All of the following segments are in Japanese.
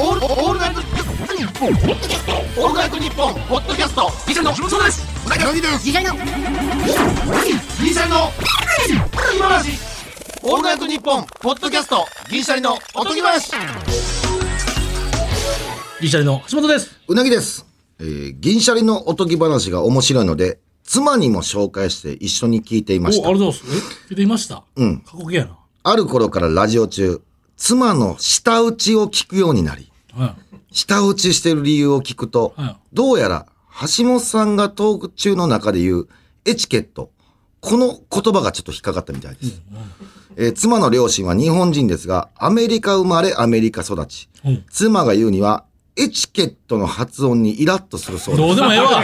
オールオールナイトニッポンオールナイトニッポンポッドキャストギシャリの木本壮ですうなぎのぎですギシャリのギシャリの今話オールナイトニッポンポッドキャストギシャリのおとぎ話ギシャリの橋本です。うなぎです。えー、銀シャリのおとぎ話が面白いので、妻にも紹介して一緒に聞いていお、あまりしがとた。うございます。え、出ていましたうん。過去形やな。ある頃からラジオ中、妻の舌打ちを聞くようになり、は舌打ちしてる理由を聞くと、はいどうやら橋本さんがトーク中の中で言うエチケット、この言葉がちょっと引っかかったみたいです。えー妻の両親は日本人ですが、アメリカ生まれ、アメリカ育ち。い。うん。妻が言うには、エチケットの発音にイラッとするそうです。どうでもええわ。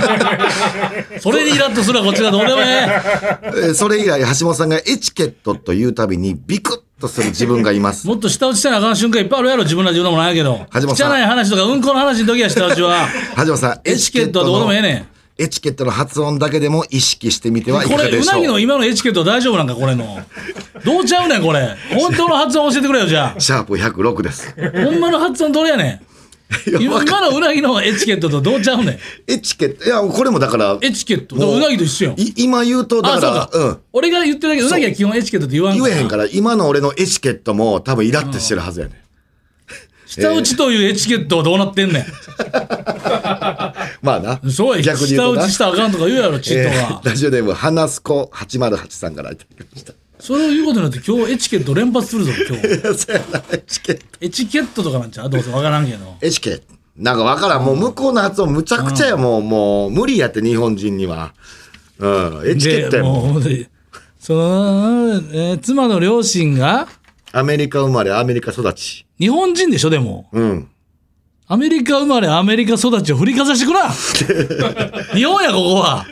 それにイラッとするわ、こっちがどうでもええーそれ以来、橋本さんがエチケットというたびにビクッとする自分がいまえ。す。もっと下打ちしたらあかん瞬間いっぱいあるやろ、自分ら自分のもないけど。橋本さん汚い話とか、うんこの話の時は下打ちは。橋本さん、 エチケットはどうでもええねん。エチケットの発音だけでも意識してみてはいかこがれ、でうしなぎょのう。今のエチケット大丈夫なんか、これの。どうちゃうねん、これ。本当の発音教えてくれよ、じゃシャープ106です。あ。ほんまの発音どれやねん。 いやわ今かのうなぎのエチケットとどうちゃうねん。エチケット、いや、これもだから、エチケット。だからうなぎと一緒やん。い今言うと、だあ、そうかか。ら、うん。俺が言ってるだけで、うなぎは基本エチケットって言わん言から。えへんから、今の俺のエチケットも多分イラッとしてるはずやねん。下打ちというエチケットはどうなってんねまあな。ん。そうや、逆に言下うと打なちし。たらあかんとか言うやろ、チッえトーは。ラジオネーム、花すこ808さんからいただきました。それを言うことによって、今日エチケット連発するぞ、今日。いやそうやなエチケット。エチケットとかなんちゃうどうせわからんけど。エチケット。なんかわからん。もう向こうの発音むちゃくちゃや。もう、もう、無理やって、日本人には。うん。エチケットでやもん。もう、でその、えー妻の両親が、アメリカ生まれ、アメリカ育ち。日本人でしょ、でも。うん。アメリカ生まれ、アメリカ育ちを振りかざして くな日本や、ここは。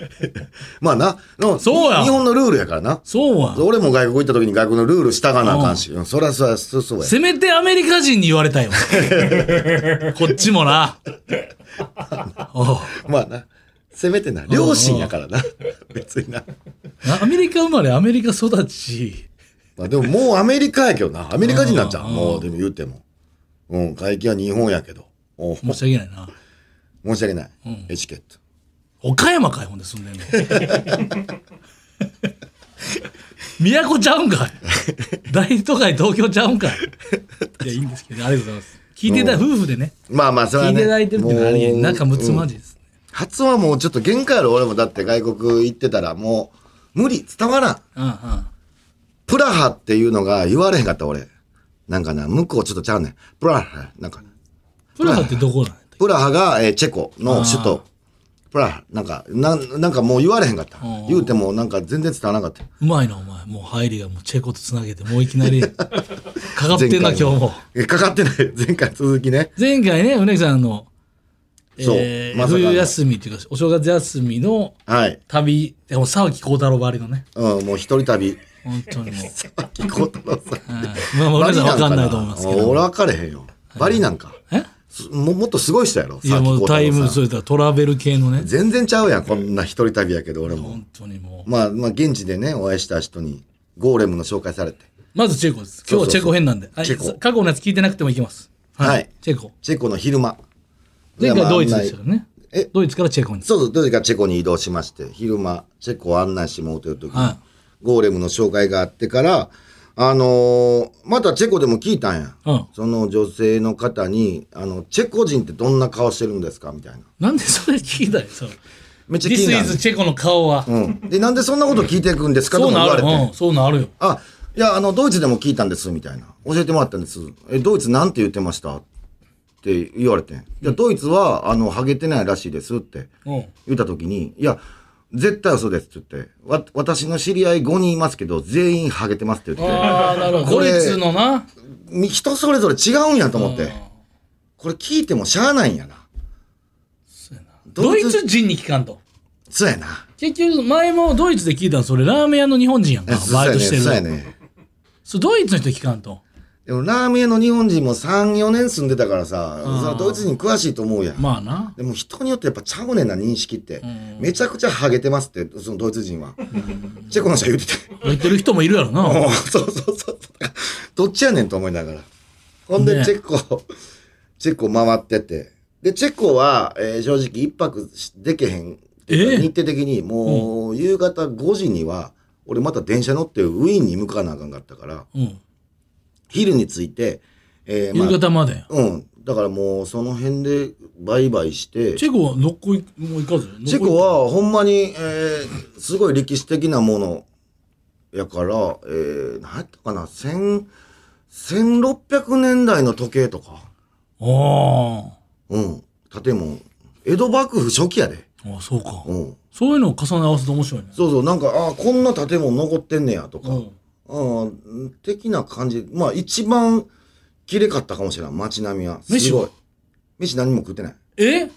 まあな。のそうや日本のルールやからな。そうは。俺も外国行った時に外国のルール従わなあかんし。うん、そらそら、そそうや。せめてアメリカ人に言われ たいわ。こっちもな。おうまあな。せめてな。両親や からな。別にな。なアメリカ生まれ、アメリカ育ち。まあでももうアメリカやけどな。アメリカ人になっちゃう。もう、でも言うても。うん。外気は日本やけど。お申し訳ないな。申し訳ない。エチケット。岡山かい、ほんで住んでんの。 都ちゃうんかい。大都会、東京ちゃうんかい。いや、いいんですけど、ありがとうございます。聞いていた、夫婦でね、まあまあ、それは聞いね。ていただいてるっていうのはありえんもうなんかむつまじいですね。発音はもうちょっと限界ある俺もだって外国行ってたらもう無理伝わらんうんうん。プラハっていうのが言われへんかった俺なんかな向こうちょっとちゃうねんプラハなんかプラハってどこなんやったっけプラハが、えーチェコの首都プラハなんかなんなんかもう言われへんかったん言うてもなんか全然伝わらなかったうまいな、お前。もう入りがもうチェコとつなげて、もういき なり、かかってんな、今日前回も。えかかってない 前回続きね前回ね、うねぎさんの、そうえーまさかの冬休みっていうか、お正月休みのはい旅、でも沢木幸太郎ばりのね、うんもう一人旅本当 にもう。さっき孝太郎さんはいまあ、まあ、うねぎさんわかんないと思いますけ俺ど。分かれへんよバリなんかえすももっとすごい人やろいや、さっきも孝う太郎タイさム、んそれからトラベル系のね、全然ちゃうやん、こんな一人旅やけど、俺も。本当にもう。まあ、まあ、現地でね、お会いした人に、ゴーレムの紹介されて。まずチェコです。今日はチェコ編なんで。はいチェコ過去のやつ聞いてなくてもいきます。はいチェコ。チェコの昼間。前回まあドイツでした案内からね。えドイツからチェコに。そうそう、ドイツからチェコに移動しまして、昼間、チェコを案内してもらうという時に、はゴーレムの紹介があってから、あのーまたチェコでも聞いたんや。うんその女性の方に、あの、チェコ人ってどんな顔してるんですかみたいな。なんでそれ聞いたよ、そう。めっちゃ気 This にな is る。チェコの顔は。うん。で、なんでそんなこと聞いていくんですかとそもう言なわるれて。うん、そうなるよ。あ、いや、あの、ドイツでも聞いたんです、みたいな。教えてもらったんです。え、ドイツなんて言ってましたって言われて。いや、ドイツは、あの、ハゲてないらしいですってうん。言った時に、いや、絶対嘘ですって言って、わ、私の知り合い5人いますけど、全員ハゲてますって言ってああ、なるほど。こドイれツのな。み、人それぞれ違うんやと思って。これ聞いてもしゃあないんやな。ドイツ人に聞かんと。そうやな。結局、前もドイツで聞いたの、それ、ラーメン屋の日本人やんかえ。そうバイやトねしてそうやる。ね。そう、ドイツの人聞かんと。でも、ラーメン屋の日本人も3、4年住んでたからさ、そのドイツ人詳しいと思うやん。まあな。でも人によってやっぱちゃうねんな認識って、めちゃくちゃハゲてますってそのドイツ人は、チェコの人は言ってて言ってる人もいるやろな。もうそうそうそうそうどっちやねんと思いながらほんでねチェコ、チェコ回ってて。で、チェコは、えー正直一泊しでけへん。えー日程的にもう夕方5時には、俺また電車乗ってウィーンに向かなあかんかったから、うん。昼に着いて、えーまあ夕方まで。うん。だからもうその辺でバイバイして、チェコはどこいもう行かずチェコ、はほんまに、えーすごい歴史的なものやから、えー、何やったかな、千、1600年代の時計とか、あうん、建物、江戸幕府初期やで。あ。ああ、そうか。うん。そういうのを重ね合わせて面白いね。そうそう、なんか、ああー、こんな建物残ってんねやとか、うん。うん、的な感じ。まあ、一番綺麗かったかもしれない、街並みは。す飯ご。はい飯何も食ってない。え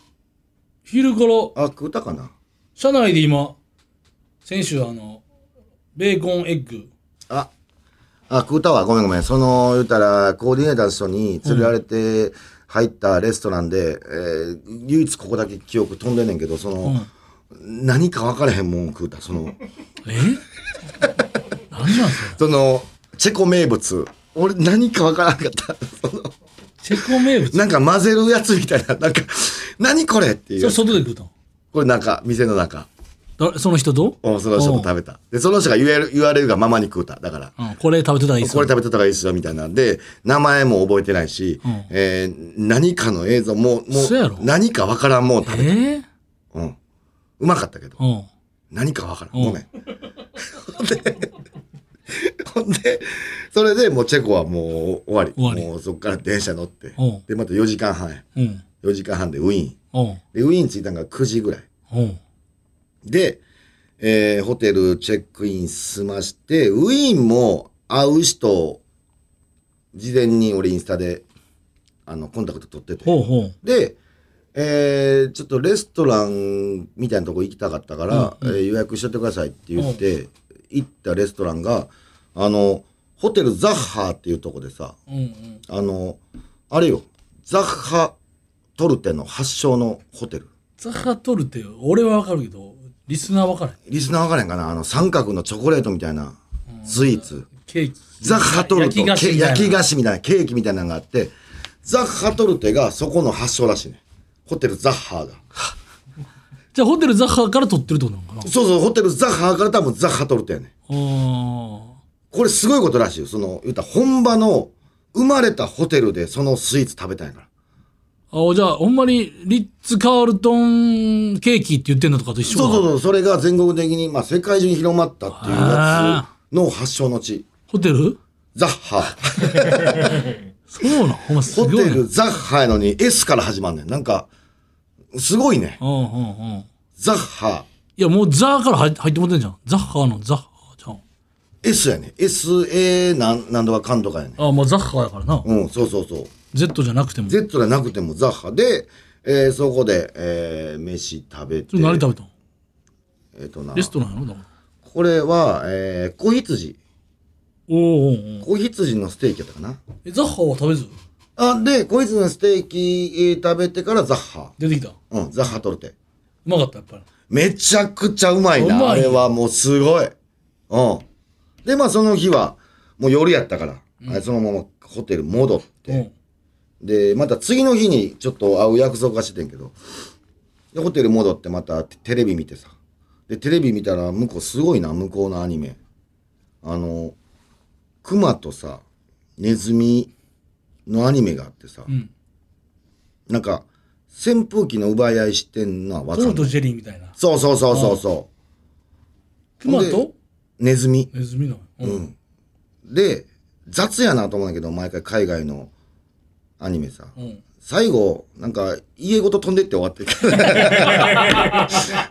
昼から、あ、食ったかな社内で今、先週あの、ベーコンエッグ。あ、あ、食うたわ。ごめんごめん。その、言うたら、コーディネーターの人に連れられて入ったレストランで、えー唯一ここだけ記憶飛んでんねんけど、その、何か分からへんもん食うた。その、え何なんそれその、チェコ名物。俺、何か分からんかった。その、チェコ名物。なんか混ぜるやつみたいな、なんか、何これっていそうれ。外で食うと。これ中、店の中。だその人とおその人と食べた。で、その人が言える、言われるがままに食うた。だから。うん、これ食べてたらいいっすこれ食べてたらいいっすよみたいなんで、名前も覚えてないし、うんえー何かの映像もう、もそうやろう、何かわからんもん食べた。えーうん。うまかったけど、うん。何かわからん。うんごめん。 ほんで、ほんで、それでもうチェコはもう終わり。終わりもうそこから電車乗ってうん。で、また4時間半や。うん。 4時間半でウィーン。うん。で、ウィーン着いたのが9時ぐらい。うん。で、えーホテルチェックイン済まして、ウィーンも会う人、事前に俺インスタで、あの、コンタクト取ってほうて。ほう。で、えーちょっとレストランみたいなとこ行きたかったから、えー予約しといてくださいって言って、行ったレストランが、あの、ホテルザッハーっていうとこでさ、うんうん。あの、あれよ、ザッハトルテの発祥のホテル。ザハトルって、俺はわかるけど、リスナーわからへん。リスナーわからへんかなあの三角のチョコレートみたいなスイーツ。ケーキ。ザ・ハトルテ焼き菓子みたいな焼き菓子みたいなケーキみたいなのがあって、ザ・ハトルテがそこの発祥らしいね。ホテルザッハーが。じゃあホテルザハから撮ってるってことなのかなそうそう、ホテルザッハーから多分ザ・ハトルテやね。あこれすごいことらしいよ。その、言ったら本場の生まれたホテルでそのスイーツ食べたんやから。ーあ。じゃあ、ほんまに、リッツ・カールトンケーキって言ってんのとかと一緒そうかそうそう、それが全国的に、まあ世界中に広まったっていうやつの発祥の地。ホテルザッハー。そうなんほんま、すホごいテな。ルザッハーやのに S から始まんねん。なんか、すごいね。うんうんうん。ザッハいや、もうザーから入入ってもってんじゃん。ザッハーのザッハーじゃん。ー。S やね。SA なんなんとかかんとかやね。ああ、まあザッハーやからな。うん、そうそうそう。 Z じゃなくても。 Z じゃなくてもザッハで、えーそこで、えー飯食べて。それ何食べたのえっ、となレ、ストランやろだから。これは、えー、小羊。おおおーおー小羊のステーキやったかな。え、ザッハーは食べずあ、で、小羊のステーキ、えー食べてからザッハ。出てきた。ううん、ザッハ取るて。まかった、やっぱり。めちゃくちゃうまいうな。まいあれはもうすごい。うん。で、まあその日は、もう夜やったから、あそのままホテル戻って。うん。で、また次の日にちょっと会う約束がしててんけど、で、ホテル戻ってまたテレビ見てさ。で、テレビ見たら向こうすごいな、向こうのアニメ。あの、クマとさ、ネズミのアニメがあってさ、うん。なんか、扇風機の奪い合いしてんのはわトざムとと。ジェリーみたいな。そうそうそうそうそクマほんとう。ネズミ。ネズミの。う。うんん。で、雑やなと思うんだけど、毎回海外のアニメさ。うん。 最後、なんか、家ごと飛んでって終わってる。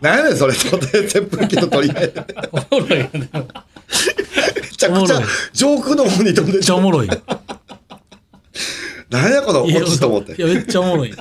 何やねん、それ。 扇風機と取り合い。めおもろいよね。めっちゃくちおもろゃい、上空の方に飛んでっちゃおもろい。い何やこのオやチと思っいて。や、めっちゃおもろい。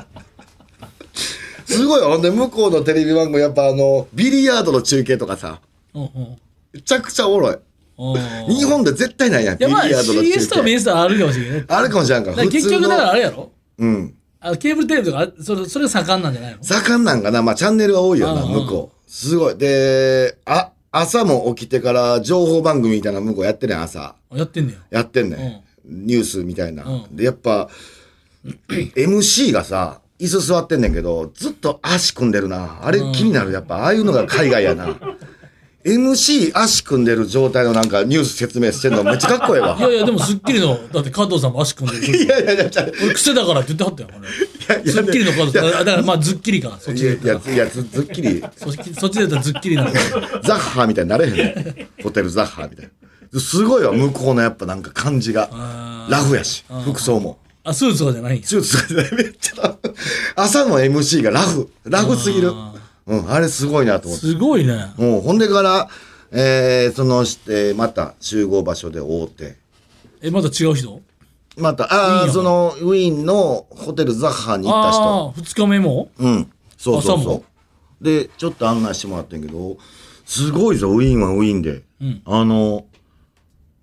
すごいよ。ほんで、向こうのテレビ番組、やっぱあの、ビリヤードの中継とかさ、うんうん。めちゃくちゃおもろい。あー日本で絶対ないやん、いビや、リまあ、ヤードの CS 中とか継。 BS はあるかもしれない。だかあるかもしれんから、ら普結通局、だからの。あれやろうん。あのケーブルテレビとかあ、それ、それが盛んなんじゃないの盛んなんかな、まあ、チャンネルは多いよな、うんうん向こう。すごい。で、あ、朝も起きてから、情報番組みたいなの向こうやってるやん、朝。あやってんねや。やってんねん、ニュースみたいな、うんでやっぱ MC がさ、椅子座ってんねんけど、ずっと足組んでるな。あれ気になる。やっぱ、ああいうのが海外やな。MC 足組んでる状態のなんかニュース説明してんのめっちゃかっこええわ い。やいや、でも『スッキリ』の、だって加藤さんも足組んでる。 いやいやいや、ちゃう俺癖だからって言ってはったよ、あいれ。やスッキリの加藤さん。あだからまあ、ズッキリか。そっちいやでい言や、っいやずずっきり、たら。そっちそっちで言ったらズッキリなんだけど。ザッハーみたいになれへんねん。ホテルザッハーみたいな。すごいわ、向こうのやっぱなんか感じが。ラフやし、服装も。あ、スーツとかじゃないんやちょっとめっちゃラフ朝の MC がラフ。ラフすぎる。うん、あれすごいなと思って。すごいね。もうほんでから、えー、そのして、また集合場所で会うて、え、まだ違う人また、あウィーンあ、やその、ウィーンのホテルザッハーに行った人。ああー、二日目もうん。そうそう朝そもう。で、ちょっと案内してもらってんけど、すごいぞ、ウィーンはウィーンで。うんあの、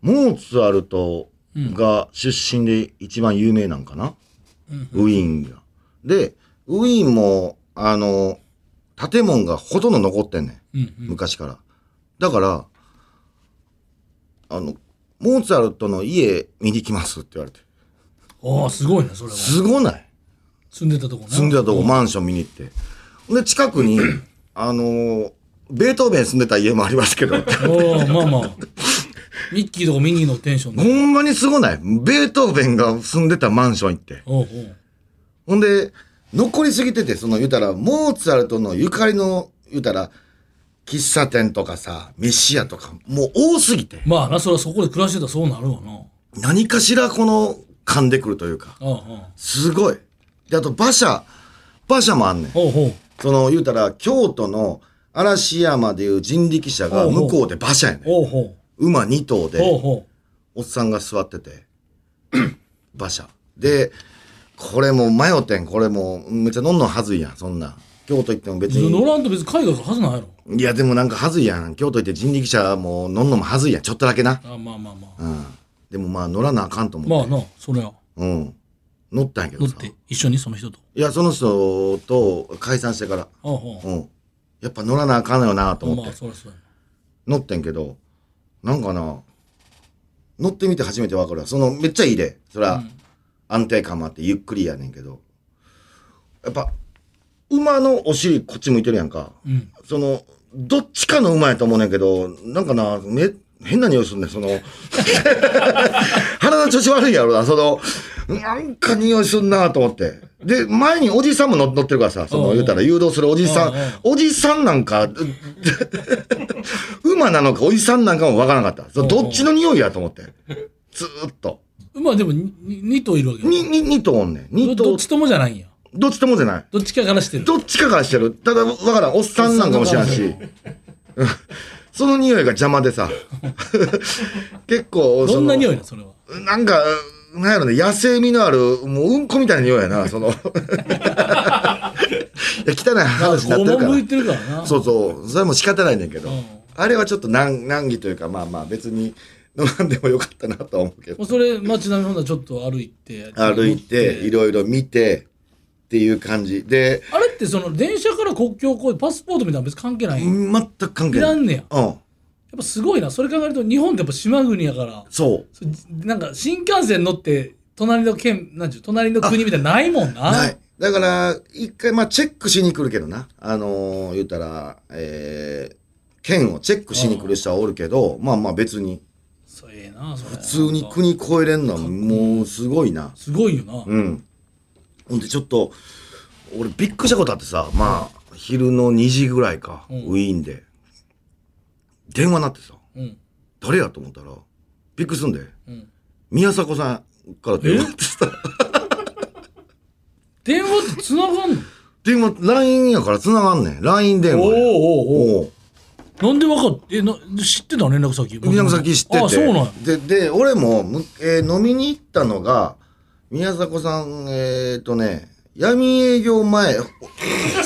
モーツァルトが出身で一番有名なんかな、ウィーンが。で、ウィーンも、あの、建物がほとんど残ってんねん。うんうん。昔から。だから、あの、モーツァルトの家見に来ますって言われて。ああ、すごいね、それは。すごない住んでたとこね。住んでたとこ、マンション見に行って。で、近くに、あのーベートーベン住んでた家もありますけど、おーまあまあ。ミッキーとかミニーのテンションほで。んまにすごないベートーベンが住んでたマンション行って。おうおうほんで、残りすぎてて、その言うたら、モーツァルトのゆかりの、言うたら、喫茶店とかさ、飯屋とか、もう多すぎて、まあな、それはそこで暮らしてたらそうなるわな。何かしらこの、噛んでくるというか、ああ、ああ。すごい。で、あと馬車、馬車もあんねん。おうおう。その、言うたら、京都の嵐山でいう人力車が向こうで馬車やねん。おうおう。馬2頭おで、うおう。おっさんが座ってて、 馬車。で、これもう迷ってん、これもう、めっちゃ飲んのはずいやん、そんなん。京都行っても別乗に。らんと別に海外行くはずないやろ。いや、でもなんかはずいやん。京都行って人力車もう飲んのもはずいやん、ちょっとだけな。ああまあまあまあ。うん。でもまあ乗らなあかんと思って。まあな、それは。うん。乗ったんやけ乗どっさ。て、一緒にその人と。いや、その人と解散してから、ああ、あうん。やっぱ乗らなあかんのよなとあ。思っまてあ、。そりゃそうやな。乗ってんけど、なんかな、乗ってみて初めてわかるわ。その、めっちゃいいで。そら、安定感もあってゆっくりやねんけど。やっぱ、馬のお尻こっち向いてるやんか。うん。その、どっちかの馬やと思うねんけど、なんかな、め、変な匂いするねん、その。腹の調子悪いやろな、その、なんか匂いすんなと思って。で、前におじさんも乗乗ってるからさ、そうんうの、ん言うたら誘導するおじさんうんうん、おじさんなんか、馬なのかおじさんなんかもわからなかった。そのうんうんどっちの匂いやと思って。ずーっと。まあでも、にに二頭いるわけに、よ。に、二頭おんねん。ど二ど頭っ、ちともじゃないんや。どっちともじゃない。どっちかからしてる。どっちかからしてる。ただ、わからん。おっさんなんかもしらんし。その匂いが邪魔でさ。 結構、そのどんな匂いだ、それは。なんか、なんやろね、野生味のある、もううんこみたいな匂いやな、その。 いや、汚い話にな肛ってる門か向いら。てるからな。そうそう。それはもう仕方ないねんけどうん。あれはちょっと難難儀というか、まあまあ別に飲まんでもよかったなとは思うけどもう。それ、街並みほんならちょっと歩いて。歩いて、いろいろ見て、っていう感じ。で、あれってその電車から国境を越えてパスポートみたいなの別に関係ないんや全く関い係ならい。んねややっうん。ぱすごいなそれ考えると日本ってやっぱ島国やからそう。そなんか新幹線乗って隣の県なんちゅう隣の国みたいなのないもんなない。だから、一回、まあ、チェックしに来るけどな。あのー言うたら、えー、県をチェックしに来る人はおるけど、まあまあ別に、そうええなそれ普普通に国越えれんのはもうすごいな。すごいよな、うん。ほんでちょっと、俺びっくりしたことあってさ、まあ、昼の2時ぐらいか、うんウィーンで。電話なってさ、うん誰やと思ったら、びっくりすんで、うん、宮迫さんから電話ってさ、電話ってつながんの電話、LINE やから繋がんねん。LINE 電お話うや。おうおおううなんでわかっえな知ってた連絡先宮迫先知っててあそうなんや でで俺もむ、えー飲みに行ったのが宮迫さんえっ、とね闇営業前オすごい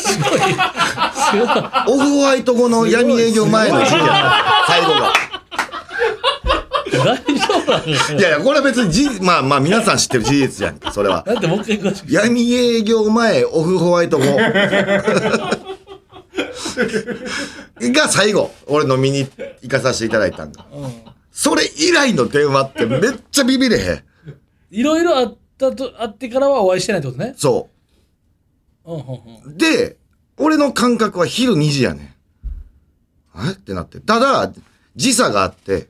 すごいフホワイト後の闇営業前の時期や最後が 大丈夫なのいやいやこれは別にじまあまあ皆さん知ってる事実やんかそれはだってもう一回詳しく闇営業前オフホワイト後 が最後俺飲みに行かさせていただいたんだうんそれ以来の電話ってめっちゃビビれへんいろいろあっったと、会ってからはお会いしてないってことね。そうん、うん、うん。う。で、俺の感覚は昼2時やねん。あれってなって。ただ、時差があって、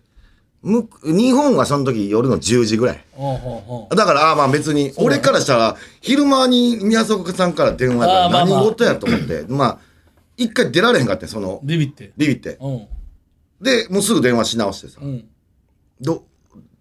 む日本はその時夜の10時ぐらい。うん、うん、うん。だから、あーまあ別に、俺からしたら、昼間に宮迫さんから電話やかあーまらあまあ何事やと思 って、まあ、一回出られへんかってん、その、ビビって。ビビって。うん、で、もうすぐ電話し直してさう、ん。ど、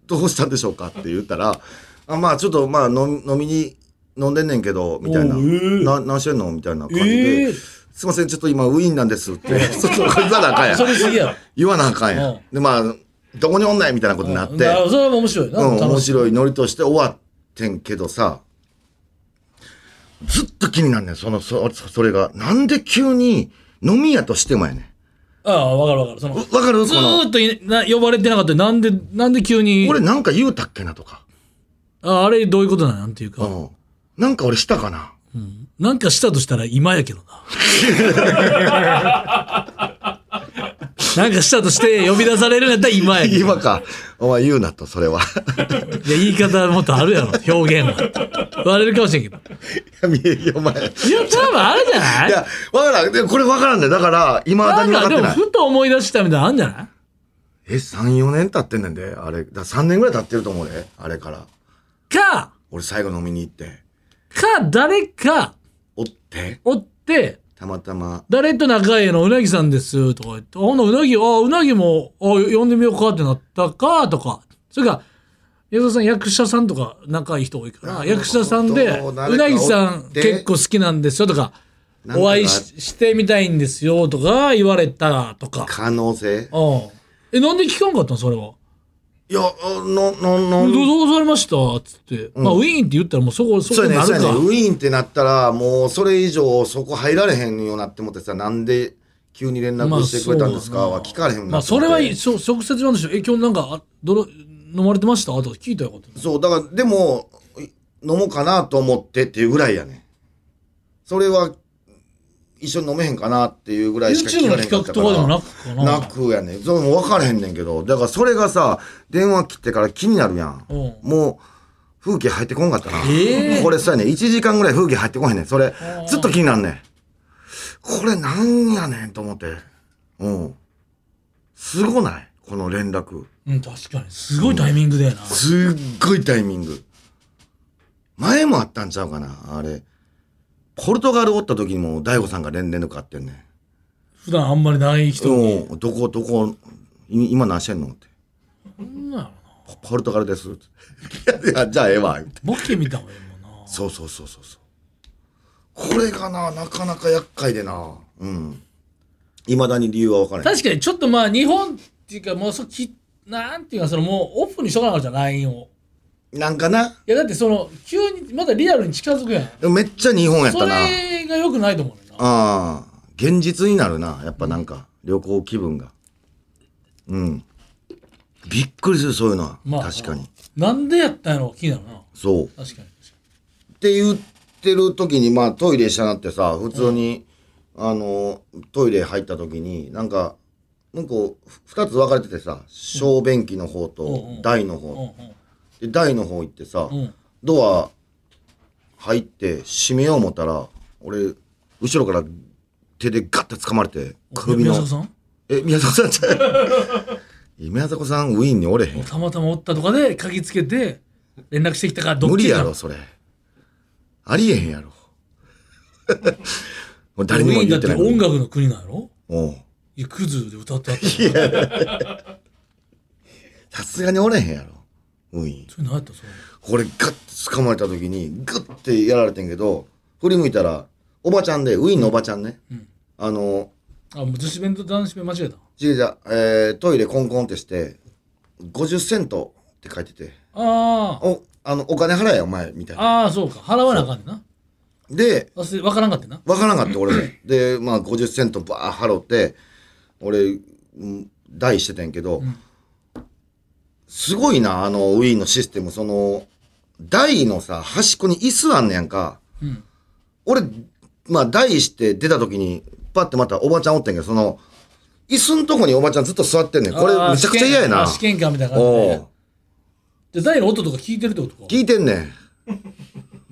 どうしたんでしょうかって言ったら、あまあちょっと、まあ飲み飲みに、飲んでんねんけど、みたいな。おうええな何してんのみたいな感じで、ええすいません、ちょっと今ウィーンなんですって、 そこ言わなあかんや そ。れすぎやろ。言わなあかんや。うんで、まあ、どこにおんないみたいなことになって。るほどそれも面白いな。うん、面い。白いノリとして終わってんけどさ、ずっと気になんねん、その、そ、それが。なんで急に飲み屋としてもやねああ、わかるわかる。そのん。わかるずこの、ーっといな呼ばれてなかったらなんで、なんで急に、俺なんか言うたっけなとか。ああれどういうことなんなんていううか、ん。なんか俺したかな。なんかしたとしたら今やけどな。なんかしたとして呼び出されるんやったら今やけど。今か。お前言うなと、それは。 いや、言い方もっとあるやろ、表現は。言われるかもしれんけど。いや、いやお前。いいや、多分あるじゃないや、わからん。でこれわからんねんだから、今だにな分かんか、っでても、ない。ふと思い出したみたいなのあるんじゃないえ、3、4年経ってんねんで、あれ。だ3年ぐらい経ってると思うで、あれから。か、俺最後飲みに行って、か、誰か、おって、おって、たまたま、誰と仲いいのうなぎさんですとか言って、あほなうなぎ、あうなぎも、あ呼んでみようかってなったかとか、それから、矢沢さん役者さんとか仲いい人多いかなるら、ほど役者さんで、誰かおってうなぎさん結構好きなんですよとか、なんかお会いししてみたいんですよとか言われたらとか。可能性うん。え、なんで聞かんかったのそれは。いや、あの、の、どの、どうされましたつって。まあ、ウィーンって言ったらもうそこ、そそこうにやねなるそうか。やねウィーンってなったら、もうそれ以上そこ入られへんようになってもってさ、なんで急に連絡してくれたんですかは聞かれへんようにまなあ、ってもっそてれは、そ直接なんでしょう。え、今日なんか、あどの飲まれてましたとか聞いたよかった。そう、だから、でも、い飲もうかなと思ってっていうぐらいやねそれは、一緒に飲めへんかなっていうぐらいしか YouTube 聞のかれへん企かった画か。とからでもなくかな。なくやねそうもう分からへんねんけどだからそれがさ電話切ってから気になるやん、うんもう風景入ってこんかったな、ええこれそうやね1時間ぐらい風景入ってこへんねんそれずっと気になんねんこれなんやねんと思ってうんすごないこの連絡うん、確かに。すごいタイミングだよな。すっごいタイミング前もあったんちゃうかなあれポルトガルおった時にも大悟さんが連絡あってんねん普段あんまりない人に。うんどこどこい今何してんのってなんだろポルトガルです。いやいや、じゃあええわ。言うてうなボケ見た方がいいもんな。そうそうそうそうそう。これがな、なかなか厄介でな。うん。いまだに理由は分からない。確かに、ちょっとまあ、日本っていうか、もうそき、なんていうか、そのもうオフにしとかなかったじゃん、LINE を。なんかな、いや、だってその、急に、まだリアルに近づくやん。でもめっちゃ日本やっそたな。れが良くないと思うねんな。ああ、現実になるな。やっぱなんか、旅行気分が。うん。びっくりする、そういうのは。まあ確かに。なんでやったんやろ気になるな。そう。確かっに。て言ってる時にまあトイレしたなってさ普通に、あのトイレ入った時になんか向こうふ2つ分かれててさ小便器の方とうん台のうん方、で台の方行ってさ、うん。うん。ドア入って閉めよう思ったら俺後ろから手でガッて掴まれて首の宮迫さんえ宮迫さんちゃう 宮迫さんウィーンにおれへんたまたまおったとかで、鍵つけて、連絡してきたから、どっち無理やろウそれありえへんやろ もう誰にィもーン言っだってなてい音楽の国なんやろうんいや、クズで歌ってあった。さすがにおれへんやろウィーンそれ何やったそれ。これガッて掴まれた時にグッてやられてんけど振り向いたらおばちゃんでウィーンのおばちゃんね、うんあのあ、もう女子弁と男子弁間違えた。じいじゃ、えー、トイレコンコンってして50セントって書いててああ。おあのお金払えよお前みたいなああ、そうか。払わなあかんねんな。で忘れ、わからんかってな。わからんかって俺もでまあ50セントバー払って俺うん大しててんけど、うんすごいなあのウィーンのシステムその台のさ端っこに椅子あんねやんかうん。俺まあ台して出た時にパッてまたおばちゃんおってんけどその椅子のとこにおばちゃんずっと座ってんねんこれあーめちゃくちゃ嫌やあなー試験官みたいな感じおでう。で、大の音とか聞いてるってことか。聞いてんねん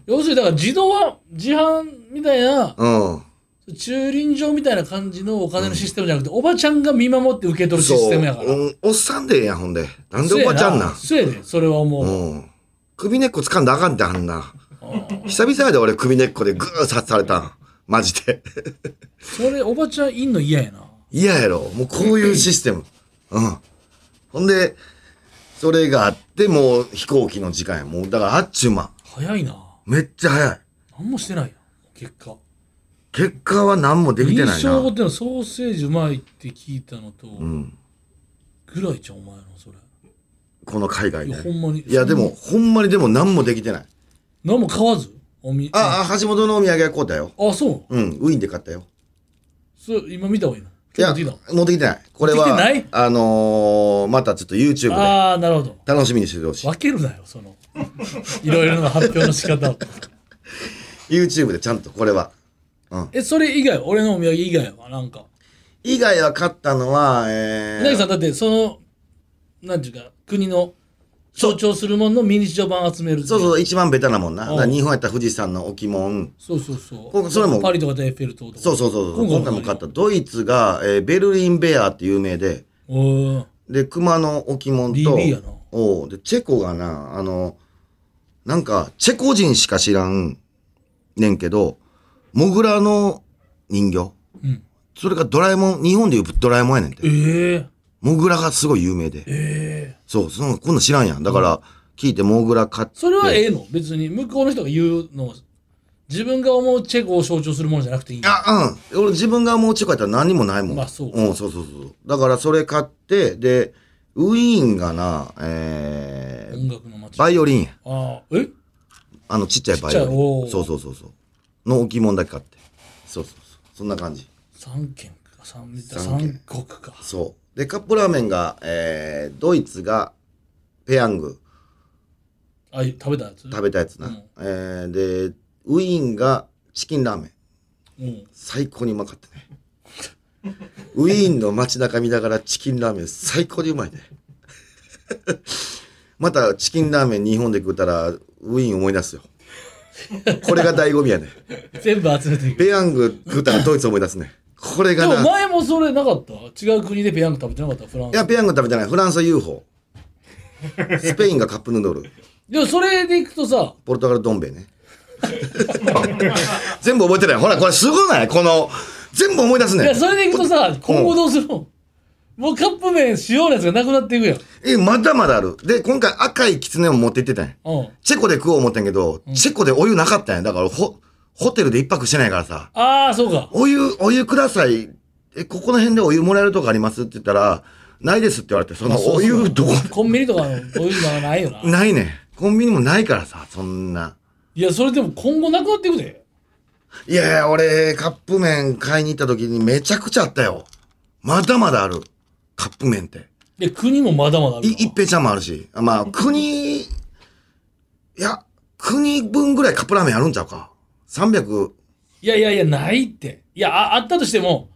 要するにだから自動は自販みたいなうん。駐輪場みたいな感じのお金のシステムじゃなくて、おばちゃんが見守って受け取るシステムやからそううんおっさんでええやん、ほんで。なんでおばちゃんなんそうやでそれはもう、うん。首根っこ掴んだらあかんって、あんな。久々やで俺首根っこでグー刺されたん。マジで。 それおばちゃんいんの嫌やな嫌やろ。もうこういうシステム。うん。ほんで、それがあって、もう飛行機の時間や。もう、だからあっちゅう間。早いなめっちゃ早い。何もしてないやん結果結果は何もできてない印象な残。ってるのはソーセージうまいって聞いたのと、うん。ぐらいじゃんお前のそれこの海外いでや、。ほんまにいや、でも、ほんまにでも何もできてない。何も買わずおみあ、あ橋本のお土産はこうだよ。あそううん。ウィーンで買ったよ。それ今見た方がいいのいや、今日持ってき持ってきてない。これ持ってきはて、あのー、またちょっと YouTube たでああーなるほど楽しみにしててほしい。分けるなよその いろいろな発表の仕方を YouTube でちゃんとこれは。えそれ以外は俺のお土産以外はなんか以外は買ったのは、え稲木さんー、だってそのなんていうか国の象徴するもののミニチュア版集めるそうそうう、一番ベタなもんな。だうんから日本やったら富士山の置物。そうそうそうこそれもパリとかでエッフェル塔とかそうそうそうそう。今今回回もも買った。ドイツが、えーベルリンベアって有名で、うおーで、熊の置物と、 BB やなおうで、チェコがな、あの、なんか、チェコ人しか知らんねんけど、モグラの人形。うんそれがドラえもん、日本でいうドラえもんやねんて。ええモグラがすごい有名で。ええそう、その、こんなん知らんやん。だから、聞いてモグラ買って。それはええの別に向こうの人が言うのは自分が思うチェコを象徴するものじゃなくていいあ、うん。俺自分がもうチェコやったら何にもないもん。まあそううん、そうそうそう。だからそれ買って、で、ウィーンがな、えー、音楽の街あバイオリンや。あーえあのちっちゃいバイオちっちゃリいおン。ーそうそうそうそう。の置物だけ買って。そうそうそう。そんな感じ。三県か三三軒三国かそう。で、カップラーメンが、えー、ドイツが、ペヤング、あい食べたやつ食べたやつな。うんえー、で、ウィーンがチキンラーメン。うん最高にうまかったね。ウィーンの街中見ながらチキンラーメン最高にうまいね。またチキンラーメン日本で食ったらウィーン思い出すよ。これが醍醐味やね。全部集めていくペヤング食ったらドイツ思い出すね。これでがもな。い前もそれなかった違う国でペヤング食べてなかったフランスや、ペヤング食べてない。フランスは UFO。スペインがカップヌードル。でもそれでいくとさポルトガルどん兵衛ね。全部覚えてない。ほら、これすごないこの、全部思い出すいねや。それでいくとさ今後どうするの、もうカップ麺しようのやつがなくなっていくやんえ、まだまだある。で、今回赤いキツネを持って行ってたんや。うんチェコで食おう思ったんやけど、チェコでお湯なかったんや。だからホ、ホテルで一泊してないからさ、ああそうかお湯、お湯ください。え、ここの辺でお湯もらえるとこありますって言ったら、ないですって言われて、そのお湯どこ、コンビニとかのお湯がないよなないね。コンビニもないからさ、そんな。いやそれでも今後なくなっていくでいやいや、俺、カップ麺買いに行った時にめちゃくちゃあったよ。まだまだある。カップ麺って。で国もまだまだあるいよ、一平ちゃんもあるし。あまあ、国、いや、国分ぐらいカップラーメンあるんちゃうか。300、いやいやいやないっていやああったとしても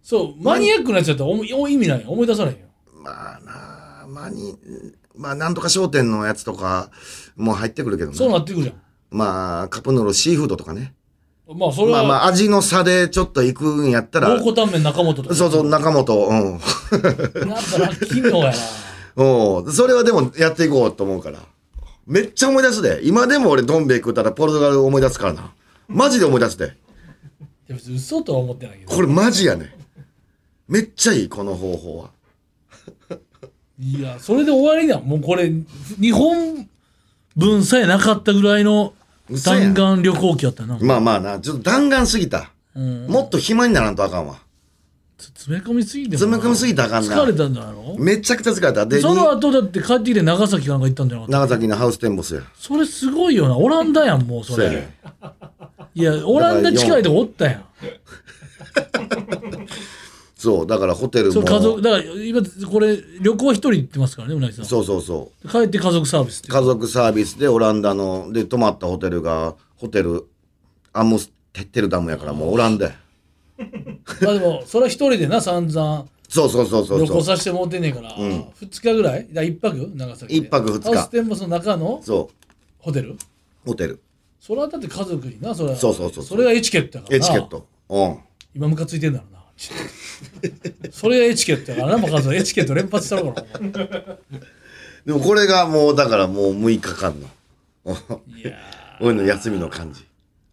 そうマニアックになっちゃったらおもお意味ないよ思い出さないよまあなあ、まあに、まあなんとか商店のやつとかも入ってくるけどそうね。なっていくじゃんまあ、カップヌードルシーフードとかね。まあそれまあは、まあ、味の差でちょっと行くんやったら蒙、古タンメン中本とかそうそう、中本、うん。なんかラッキーのやなおそれはでもやっていこうと思うから。めっちゃ思い出すで。今でも俺、どん兵衛食ったらポルトガル思い出すからな。マジで思い出すで。いや別に嘘とは思ってないけどこれマジやね。めっちゃいい、この方法は。いやそれで終わりだもうこれ日本分さえなかったぐらいの嘘や弾ん丸旅行記やったな、まあまあな、ちょっと弾丸すぎた。うん、もっと暇にならんとあかんわ。つ詰め込みすぎても詰め込みすぎたらあかんな疲れたんだろめちゃくちゃ疲れた。で、そのに後だって帰ってきて長崎かなんか行ったんじゃなかった長崎のハウステンボスや。それすごいよなオランダやんもうそそうやれね。いやオランダ近いとこおったやんそう、だからホテルそも。う家族だから今これ旅行一人行ってますからねうなぎさんそうそうそう帰って家族サービスっていう家族サービスでオランダの、で、泊まったホテルが、ホテル、アムステッテルダムやから、もうオランダや。まあでもそれは一人でな散々そうそうそうそう旅そ行う。させてもうてんねんから、二2日ぐらいだから一泊長崎で一泊二日ハウステンボスの中のそホテルう。ホテル。それはだって家族になそれはそうそうそうそうそれがエチケットやからなエチケット。うん。今ムカついてんだろうな それがエチケットやからなバカさんエチケット連発したろからお前でもこれがもう、だからもう6日間の。 うんいや俺の休みの感じ。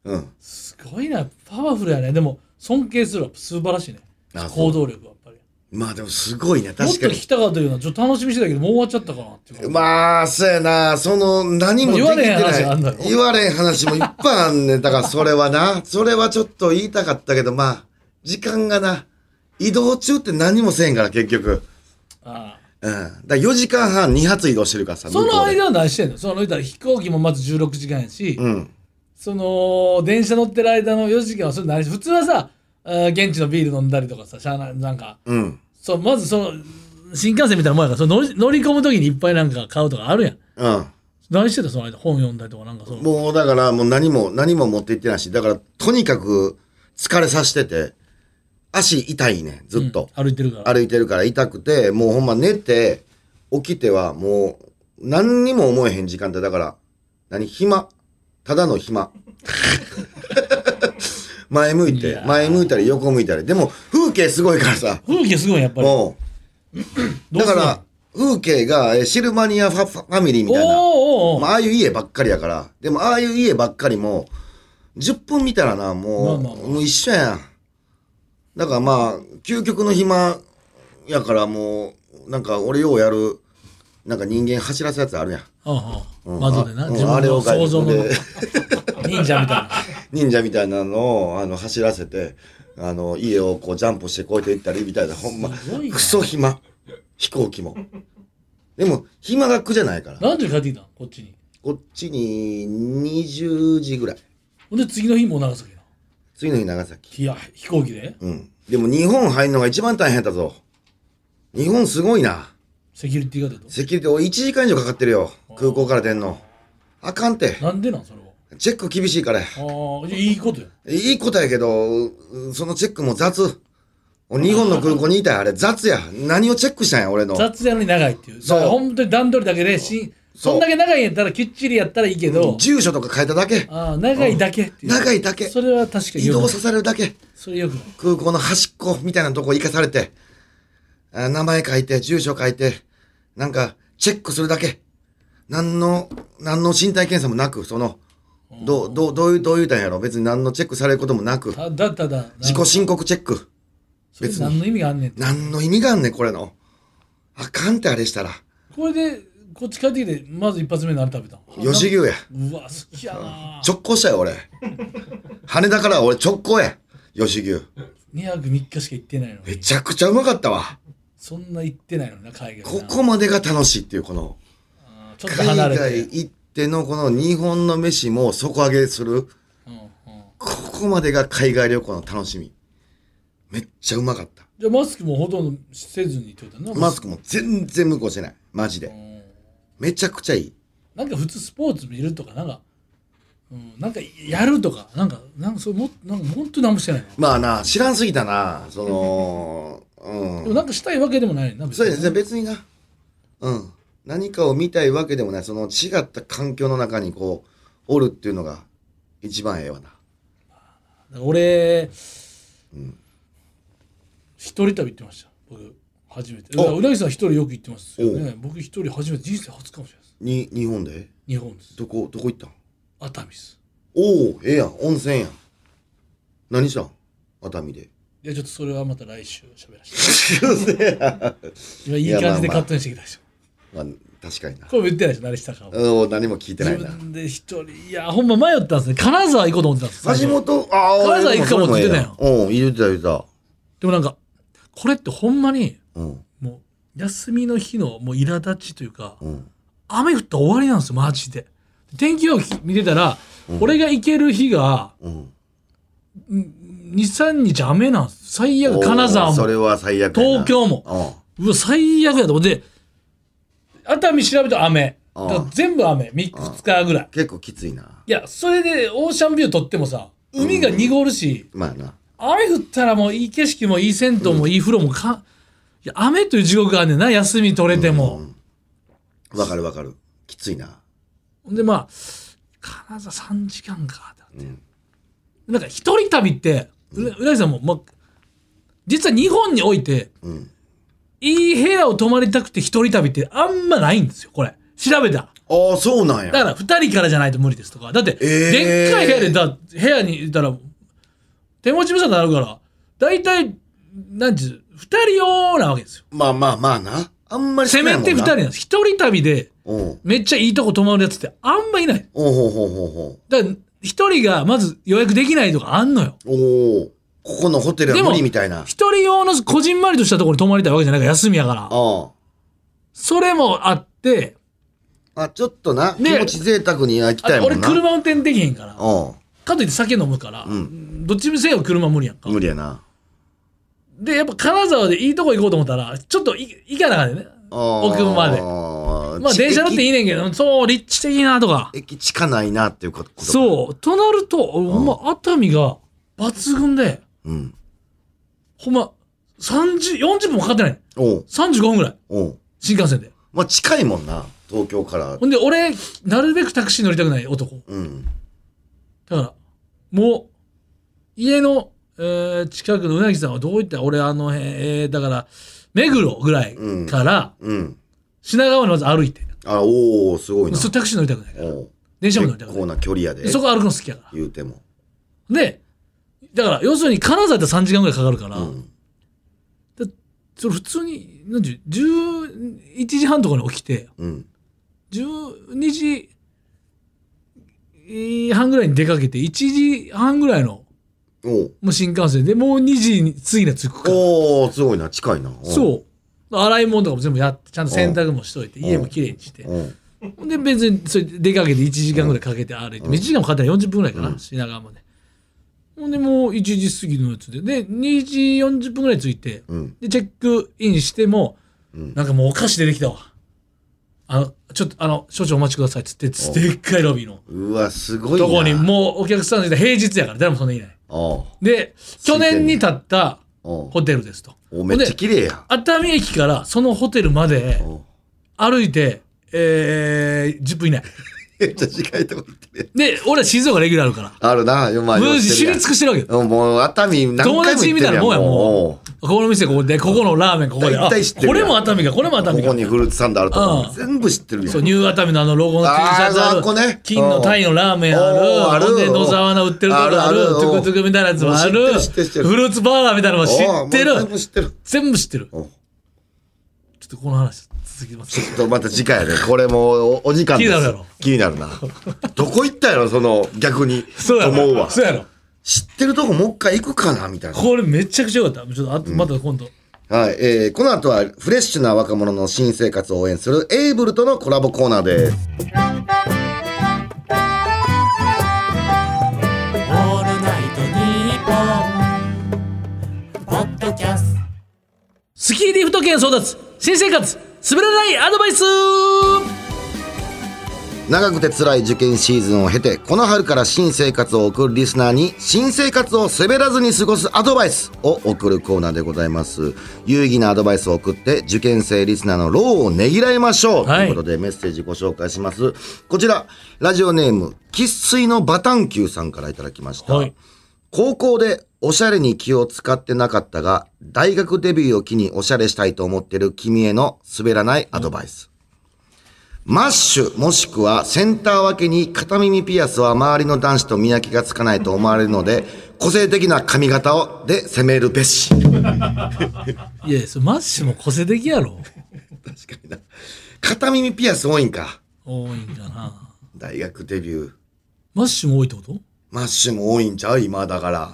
うん。ーすごいなパワフルやねでも尊敬するわ素晴らしいねあそう行動力はやっぱりまあでもすごいね、もっ確とか聞に。きたかったようなちょっと楽しみしてたけどもう終わっちゃったかなっていうかまあ、そうやな。その、何もできてない。言われへん話あんだろ言われへん話もいっぱいあんねん。だからそれはな、それはちょっと言いたかったけど、まあ、時間がな、移動中って何もせえへんから、結局。ああうん。だから4時間半2発移動してるからさ、そ向このうで間は何してんのその言ったら飛行機もまず16時間やし、うん。その電車乗ってる間の4時間はそれ何し普通はさあー現地のビール飲んだりとかさしゃあななんかうん。そうまずその新幹線みたいなもんやからその乗り乗り込む時にいっぱいなんか買うとかあるやんうん。何してたその間本読んだりとかなんかそうもうだからもう何も、何も持って行ってないし、だからとにかく疲れさせてて、足痛いねん、ずっと。歩いてるから歩いてるから痛くて、もうほんま寝て、起きてはもう何にも思えへん時間帯だから、何暇ただの暇。 前向いいて、やー前向いたり横向いたり。でも風景すごいからさ、風景すごいやっぱりもう。どだうすかんのら、風景がえシルマニアファファミリーみおーたいな。おーおーまあ、ああいう家ばっかりやから。でも、ああいう家ばっかりも、10分見たらな、もう、まあまあまあもう一緒やん。だからまあ、究極の暇やからもう、なんか俺ようやる、なんか人間走らすやつあるやん。うんううんん窓でなうん自分あれをの想像の外国で 忍者みたいな忍者みたいなのを、あの、走らせて、あの、家をこうジャンプして越えていったりみたいな、ほんま、すごいなクソ暇。飛行機も。でも、暇が苦じゃないから。何時に帰ってきたのこっちにこっちに20時ぐらい。ほんで次の日も長崎な次の日長崎。いや飛行機でうん。でも日本入るのが一番大変やったぞ。日本すごいな。セキュリティが出たセキュリティ、俺1時間以上かかってるよ。空港から出んの。あかんて。なんでなんそれはチェック厳しいから。ああいやいいことやいいことやけど、うそのチェックも雑。俺日本の空港にいたよ、あれ。雑や。何をチェックしたんや、俺の。雑やのに長いっていうそうだから本当に段取りだけでしんそうそんだけ長いんやったらきっちりやったらいいけど住所とか変えただけ。ああ長いだけっていう長いだけそれは確かに移よくな動いさせるだけ。それよくない空港の端っこみたいなとこ行かされて、あ名前書いて、住所書いて、なんか、チェックするだけ。何の、何の身体検査もなく、その、どう、どう、どういう、どう言うたんやろ別に何のチェックされることもなく、ただただ自己申告チェック。それ何の意味があんねんって何の意味があんねん、これの。あかんってあれしたら。これでこっち帰ってきてまず一発目何食べたの吉牛や。うわ好きやな直行したよ、俺。羽田から俺直行や。吉牛。 2泊3日しか行ってないのめにちゃくちゃうまかったわ。そんな行ってないのにな海外こなこまでが楽しいっていう、この。ああちょっと海離れ外て行ってのこの日本の飯も底上げするうんうんここまでが海外旅行の楽しみめっちゃうまかったじゃあマスクもほとんどせずにといたなマスクも全然無効してないマジでうんめちゃくちゃいいなんか普通スポーツ見るとかなんか、うん、なんかやるとかなんかなんかそれもなんか本当に何もしてないなまあな知らんすぎたなそのうでもんなんかしたいわけでもないな別そうですねに別になうん何かを見たいわけでもないその違った環境の中にこうおるっていうのが一番ええわな俺、一人旅行ってました僕初めてだからうなぎさん一人よく行ってますよね僕一人初めて人生初かもしれないですに日本で日本ですどこどこ行ったん熱海ですおおええやん温泉やん何したん熱海でいやちょっとそれはまた来週喋らせて今いい感じでカットインしてきたでしょ、 まあ、確かにな。これも言ってないでしょ何したかはうん何も聞いてな自いな。分で一人いやほんま迷ったんですね金沢行こうと思ってたんです最初橋本、ああ、金沢行くかもって言ってたややんん。うん、言ってた言ってた。でもなんかこれってほんまにうん、もう休みの日のもう苛立ちというか、うん。雨降ったら終わりなんですよマジで天気予報見てたら、俺が行ける日がうん、 23日雨なんです最悪金沢おーそもれは最悪やな東京ももうわ最悪やと思って熱海調べたら雨だから全部雨 3, 日ぐらい結構きついないやそれでオーシャンビュー撮ってもさ海が濁るし、まあな雨降ったらもういい景色もいい銭湯もいい風呂もか、いや雨という地獄があんねんな休み取れても、わかるわかるきついなでまあ金沢3時間かだって、なんか一人旅ってうらうなぎさんも、ま、実は日本において、うんいい部屋を泊まりたくて一人旅ってあんまないんですよこれ調べたらああ、そうなんや。だから2人からじゃないと無理ですとかだって、えーでっかい部屋でだ部屋にいたら手持ち無沙汰になるから大体何ていう2人用なわけですよまあまあまあな。あんまりせめて2人なんです1人旅でうん。うん。めっちゃいいとこ泊まるやつってあんまいないおうほうほうほうほだから一人がまず予約できないとかあんのよ。う。おお。ここのホテルはでも無理みたいな。あ一人用のこじんまりとしたところに泊まりたいわけじゃないから休みやから。あ。それもあって、あ、ちょっとな。気ね持ち贅沢には行きあたいも俺んな。車運転できへんから。かうといって酒飲むから、んどっちにせよ車無理やんかん。。無理やな。で、やっぱ金沢でいいとこ行こうと思ったら、ちょっとい行かなあかんねんね。奥奥までまあ電車乗っていいいねんけど、そう、立地的なとか。駅地下ないなっていうことかそう。となると、ほんま熱海が抜群で、う。うん。ほんま30、40分もかかってない。おう35分ぐらい。おう新幹線で。まあ近いもんな。東京からほ。んで、俺、なるべくタクシー乗りたくない男。うん。だから、もう、家の、えー近くのうなぎさんはどういった俺、あの辺、えーだから、目黒ぐらいから、うん。品川にまず歩いて。あ、おおすごいな。そうタクシー乗りたくないから。おう電車も乗り結たく構なな距離やい。で。そこ歩くの好きやか言うても。ら。で、だから、要するに、金沢だったら3時間ぐらいかかるから、うん。それ普通に、なんていう、11時半とかに起きて、うん。 12時半ぐらいに出かけて、1時半ぐらいの、おうもう新幹線で、もう2時に次には着くから。おおすごいな。近いな。う。そう。洗い物とかも全部やって、ちゃんと洗濯もしといて、ん家もきれいにして。おうほんで、別に、それで出かけて1時間ぐらいかけて歩いて、1時間もかかったら40分ぐらいかな、品川まで。ほんで、もう1時過ぎのやつで。で、2時40分ぐらいに着いて、うん。で、チェックインしても、うんなんかもうお菓子出てきたわ。あの、ちょっと、あの、少々お待ちくださいっつって、でっかいロビーの。うわ、すごいな。どこに、もうお客さんの時代平日やから、誰もそんなにいない。おうで、去年に建ったおうホテルですと。おうめっちゃ綺麗や。熱海駅からそのホテルまでおう歩いて、えー、10分以内。めっちゃ近いとこ行ってる。で、俺は静岡レギュラーあるから。あるな。よまあもようう知てるやりん尽くしてるわけよ。うんもう熱海何回も行友って達るみたいなもんや、やんももうう。ここの店ここで、ここのラーメンここで。あ大こ体知ってるやれんも熱海か、これも熱海こかこ。にフルーツサンドあるとかうん全部知ってるやんそう、ニュー熱海のあのロゴの T シあーャツああそこねる。金のタイのラーメンある。おーあるほんで、野沢菜売ってるとこああるるある。トゥクトゥクみたいなやつもあもうる。知ってる知ってる知ってるフルーツバーガーみたいなのも知おうもっうてる全。部知ってる全部知ってる。ちょおうっとこの話続きます。ちょっとまた次回やねこれもうおお時間です気になるやろ気になるなどこ行ったやろその逆にそうやと思うわろ。そうやろ。知ってるとこもう一回行くかなみたいなこれめちゃくちゃ良かった。ちょっとあとまた今度。はい、えーこの後はフレッシュな若者の新生活を応援するエイブルとのコラボコーナーですオールナイトニッポン」ポッドキャストスキーリフト券争奪新生活滑らないアドバイス長くて辛い受験シーズンを経てこの春から新生活を送るリスナーに新生活を滑らずに過ごすアドバイスを送るコーナーでございます有意義なアドバイスを送って受験生リスナーの労をねぎらいましょう、はいということでメッセージご紹介しますこちらラジオネーム生粋のバタンキューさんからいただきました、はい高校でおしゃれに気を使ってなかったが大学デビューを機におしゃれしたいと思ってる君への滑らないアドバイス、マッシュもしくはセンター分けに片耳ピアスは周りの男子と見分けがつかないと思われるので、個性的な髪型をで攻めるべし。いやいや、それマッシュも個性的やろ。片耳ピアス多いんか。多いんだな。大学デビュー。マッシュも多いってことマッシュも多いんちゃう今だから。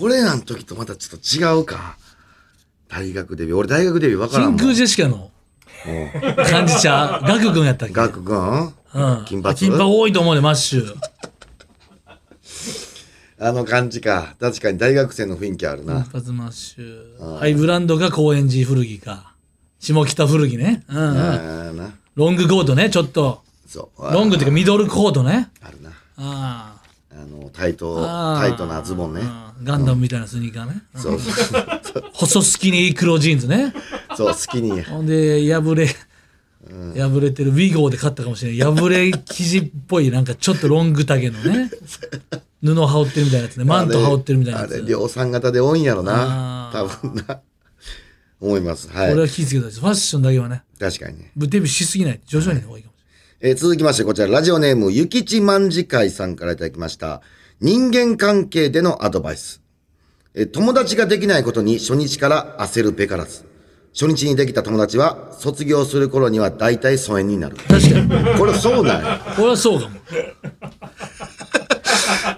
俺らの時とまたちょっと違うか。大学デビュー。俺大学デビューわからんもん。真空ジェシカの感じちゃう。ガク君やったっけガク君、うん。金髪金髪多いと思うね、マッシュ。あの感じか。確かに大学生の雰囲気あるな金。髪マッシュ。ハイブランドか高円寺古着か。下北古着ね。うんうん、ああな。ロングコートね、ちょっと。そう。ロングっていうかミドルコートね。あるな。ああの、タイト、あータイトなズボンね。あ。ガンダムみたいなスニーカーね。そう そう細スキニー黒ジーンズね。そう、好きに。ほんで、破れ、破れてるウィゴーで買ったかもしれない破れ生地っぽいなんかちょっとロング丈のね布羽織ってるみたいなやつねマント羽織ってるみたいなやあれあつれ量産型で多いんやろなあ多分な思いますは俺はい気ぃつけたいですファッションだけはね確かにね、デビューしすぎない徐々にの方がいいかもしえー続きましてこちらラジオネームゆきちまんじかいさんからいただきました人間関係でのアドバイスえー友達ができないことに初日から焦るべからず初日にできた友達は卒業する頃には大体疎遠になるれない確かにこれそうなんやこれはそうかも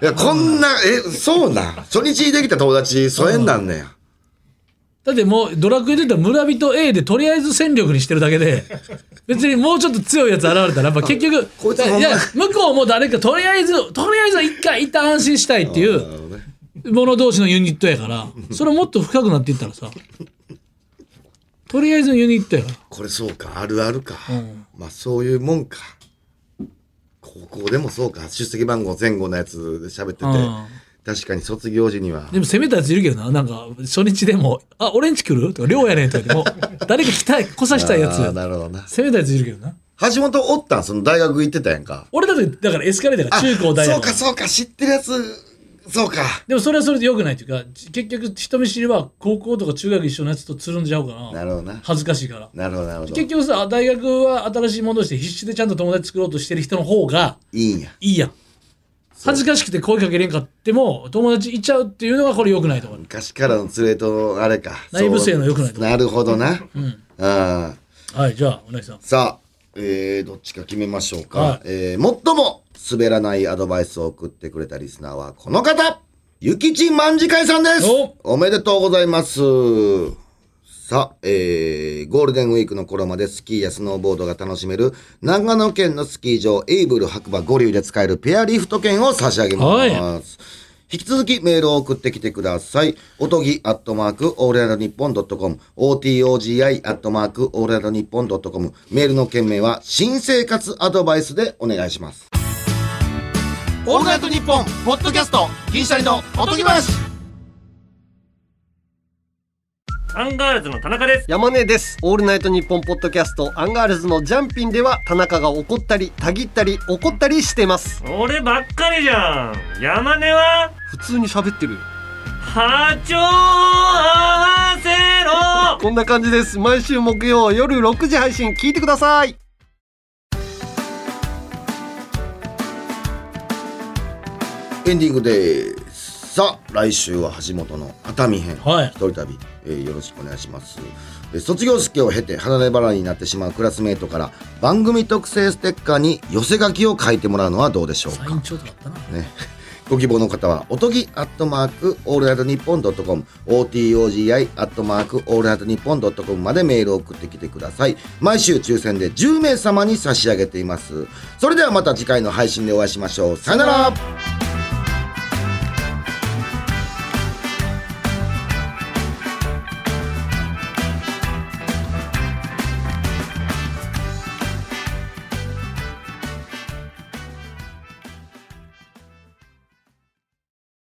いやこんなえそうなん初日にできた友達疎遠なんねやだってもうドラクエで言ったら村人 A でとりあえず戦力にしてるだけで別にもうちょっと強いやつ現れたらやっぱ結局こいつほんまいや向こうも誰かとりあえずとりあえずは一回一旦安心したいっていう者同士のユニットやからそれもっと深くなっていったらさとりあえずのユニットやからこれそうかあるあるか、まあそういうもんか高校でもそうか出席番号前後のやつ喋ってて、うん確かに卒業時にはでも攻めたやついるけどななんか初日でも「あ俺んち来る?」とか「寮やねん」とかでも誰か来たい来さしたいやつあーなるほどな攻めたやついるけどな橋本おったんその大学行ってたやんか俺だってだからエスカレーターが中高大学そうかそうか知ってるやつそうかでもそれはそれで良くないというかち結局人見知りは高校とか中学一緒のやつとつるんじゃうかななるほどな恥ずかしいからなるほどなるほど結局さ大学は新しいものとして必死でちゃんと友達作ろうとしてる人の方がいいんやいいやん恥ずかしくて声かけれんかっても友達いちゃうっていうのがこれ良くないと思う昔からの連れとあれか内部性の良くないとこなるほどなうんあはいじゃあお姉さんさあ、えー、どっちか決めましょうか。はいえー、最も滑らないアドバイスを送ってくれたリスナーはこの方ゆきちん万次会さんですおおめでとうございますさあ、えー、ゴールデンウィークの頃までスキーやスノーボードが楽しめる長野県のスキー場エイブル白馬五竜で使えるペアリフト券を差し上げます。は引き続きメールを送ってきてください。おとぎアットマークオールナイトニッポンドットコム、OTOGI アットマークオールナイトニッポンドットコム、メールの件名は新生活アドバイスでお願いします。オールナイトニッポンポッドキャスト銀シャリのおとぎ話アンガールズの田中です山根です。オールナイトニッポンポッドキャストアンガールズのジャンピンでは田中が怒ったり、たぎったり、怒ったりしてます。俺ばっかりじゃん山根は普通に喋ってるよ。波長を合わせろこんな感じです。毎週木曜夜6時配信聞いてください。エンディングです。さあ、来週は橋本の熱海編、はい一人旅、えーよろしくお願いします。えー卒業式を経て離れ離れになってしまうクラスメートから番組特製ステッカーに寄せ書きを書いてもらうのはどうでしょうサかイン帳とかあったなね。ご希望の方は、おとぎアットマークオールナイトニッポンドットコム、OTOGI アットマークオールナイトニッポンドットコムまでメールを送ってきてください。毎週抽選で10名様に差し上げています。それではまた次回の配信でお会いしましょう。さよなら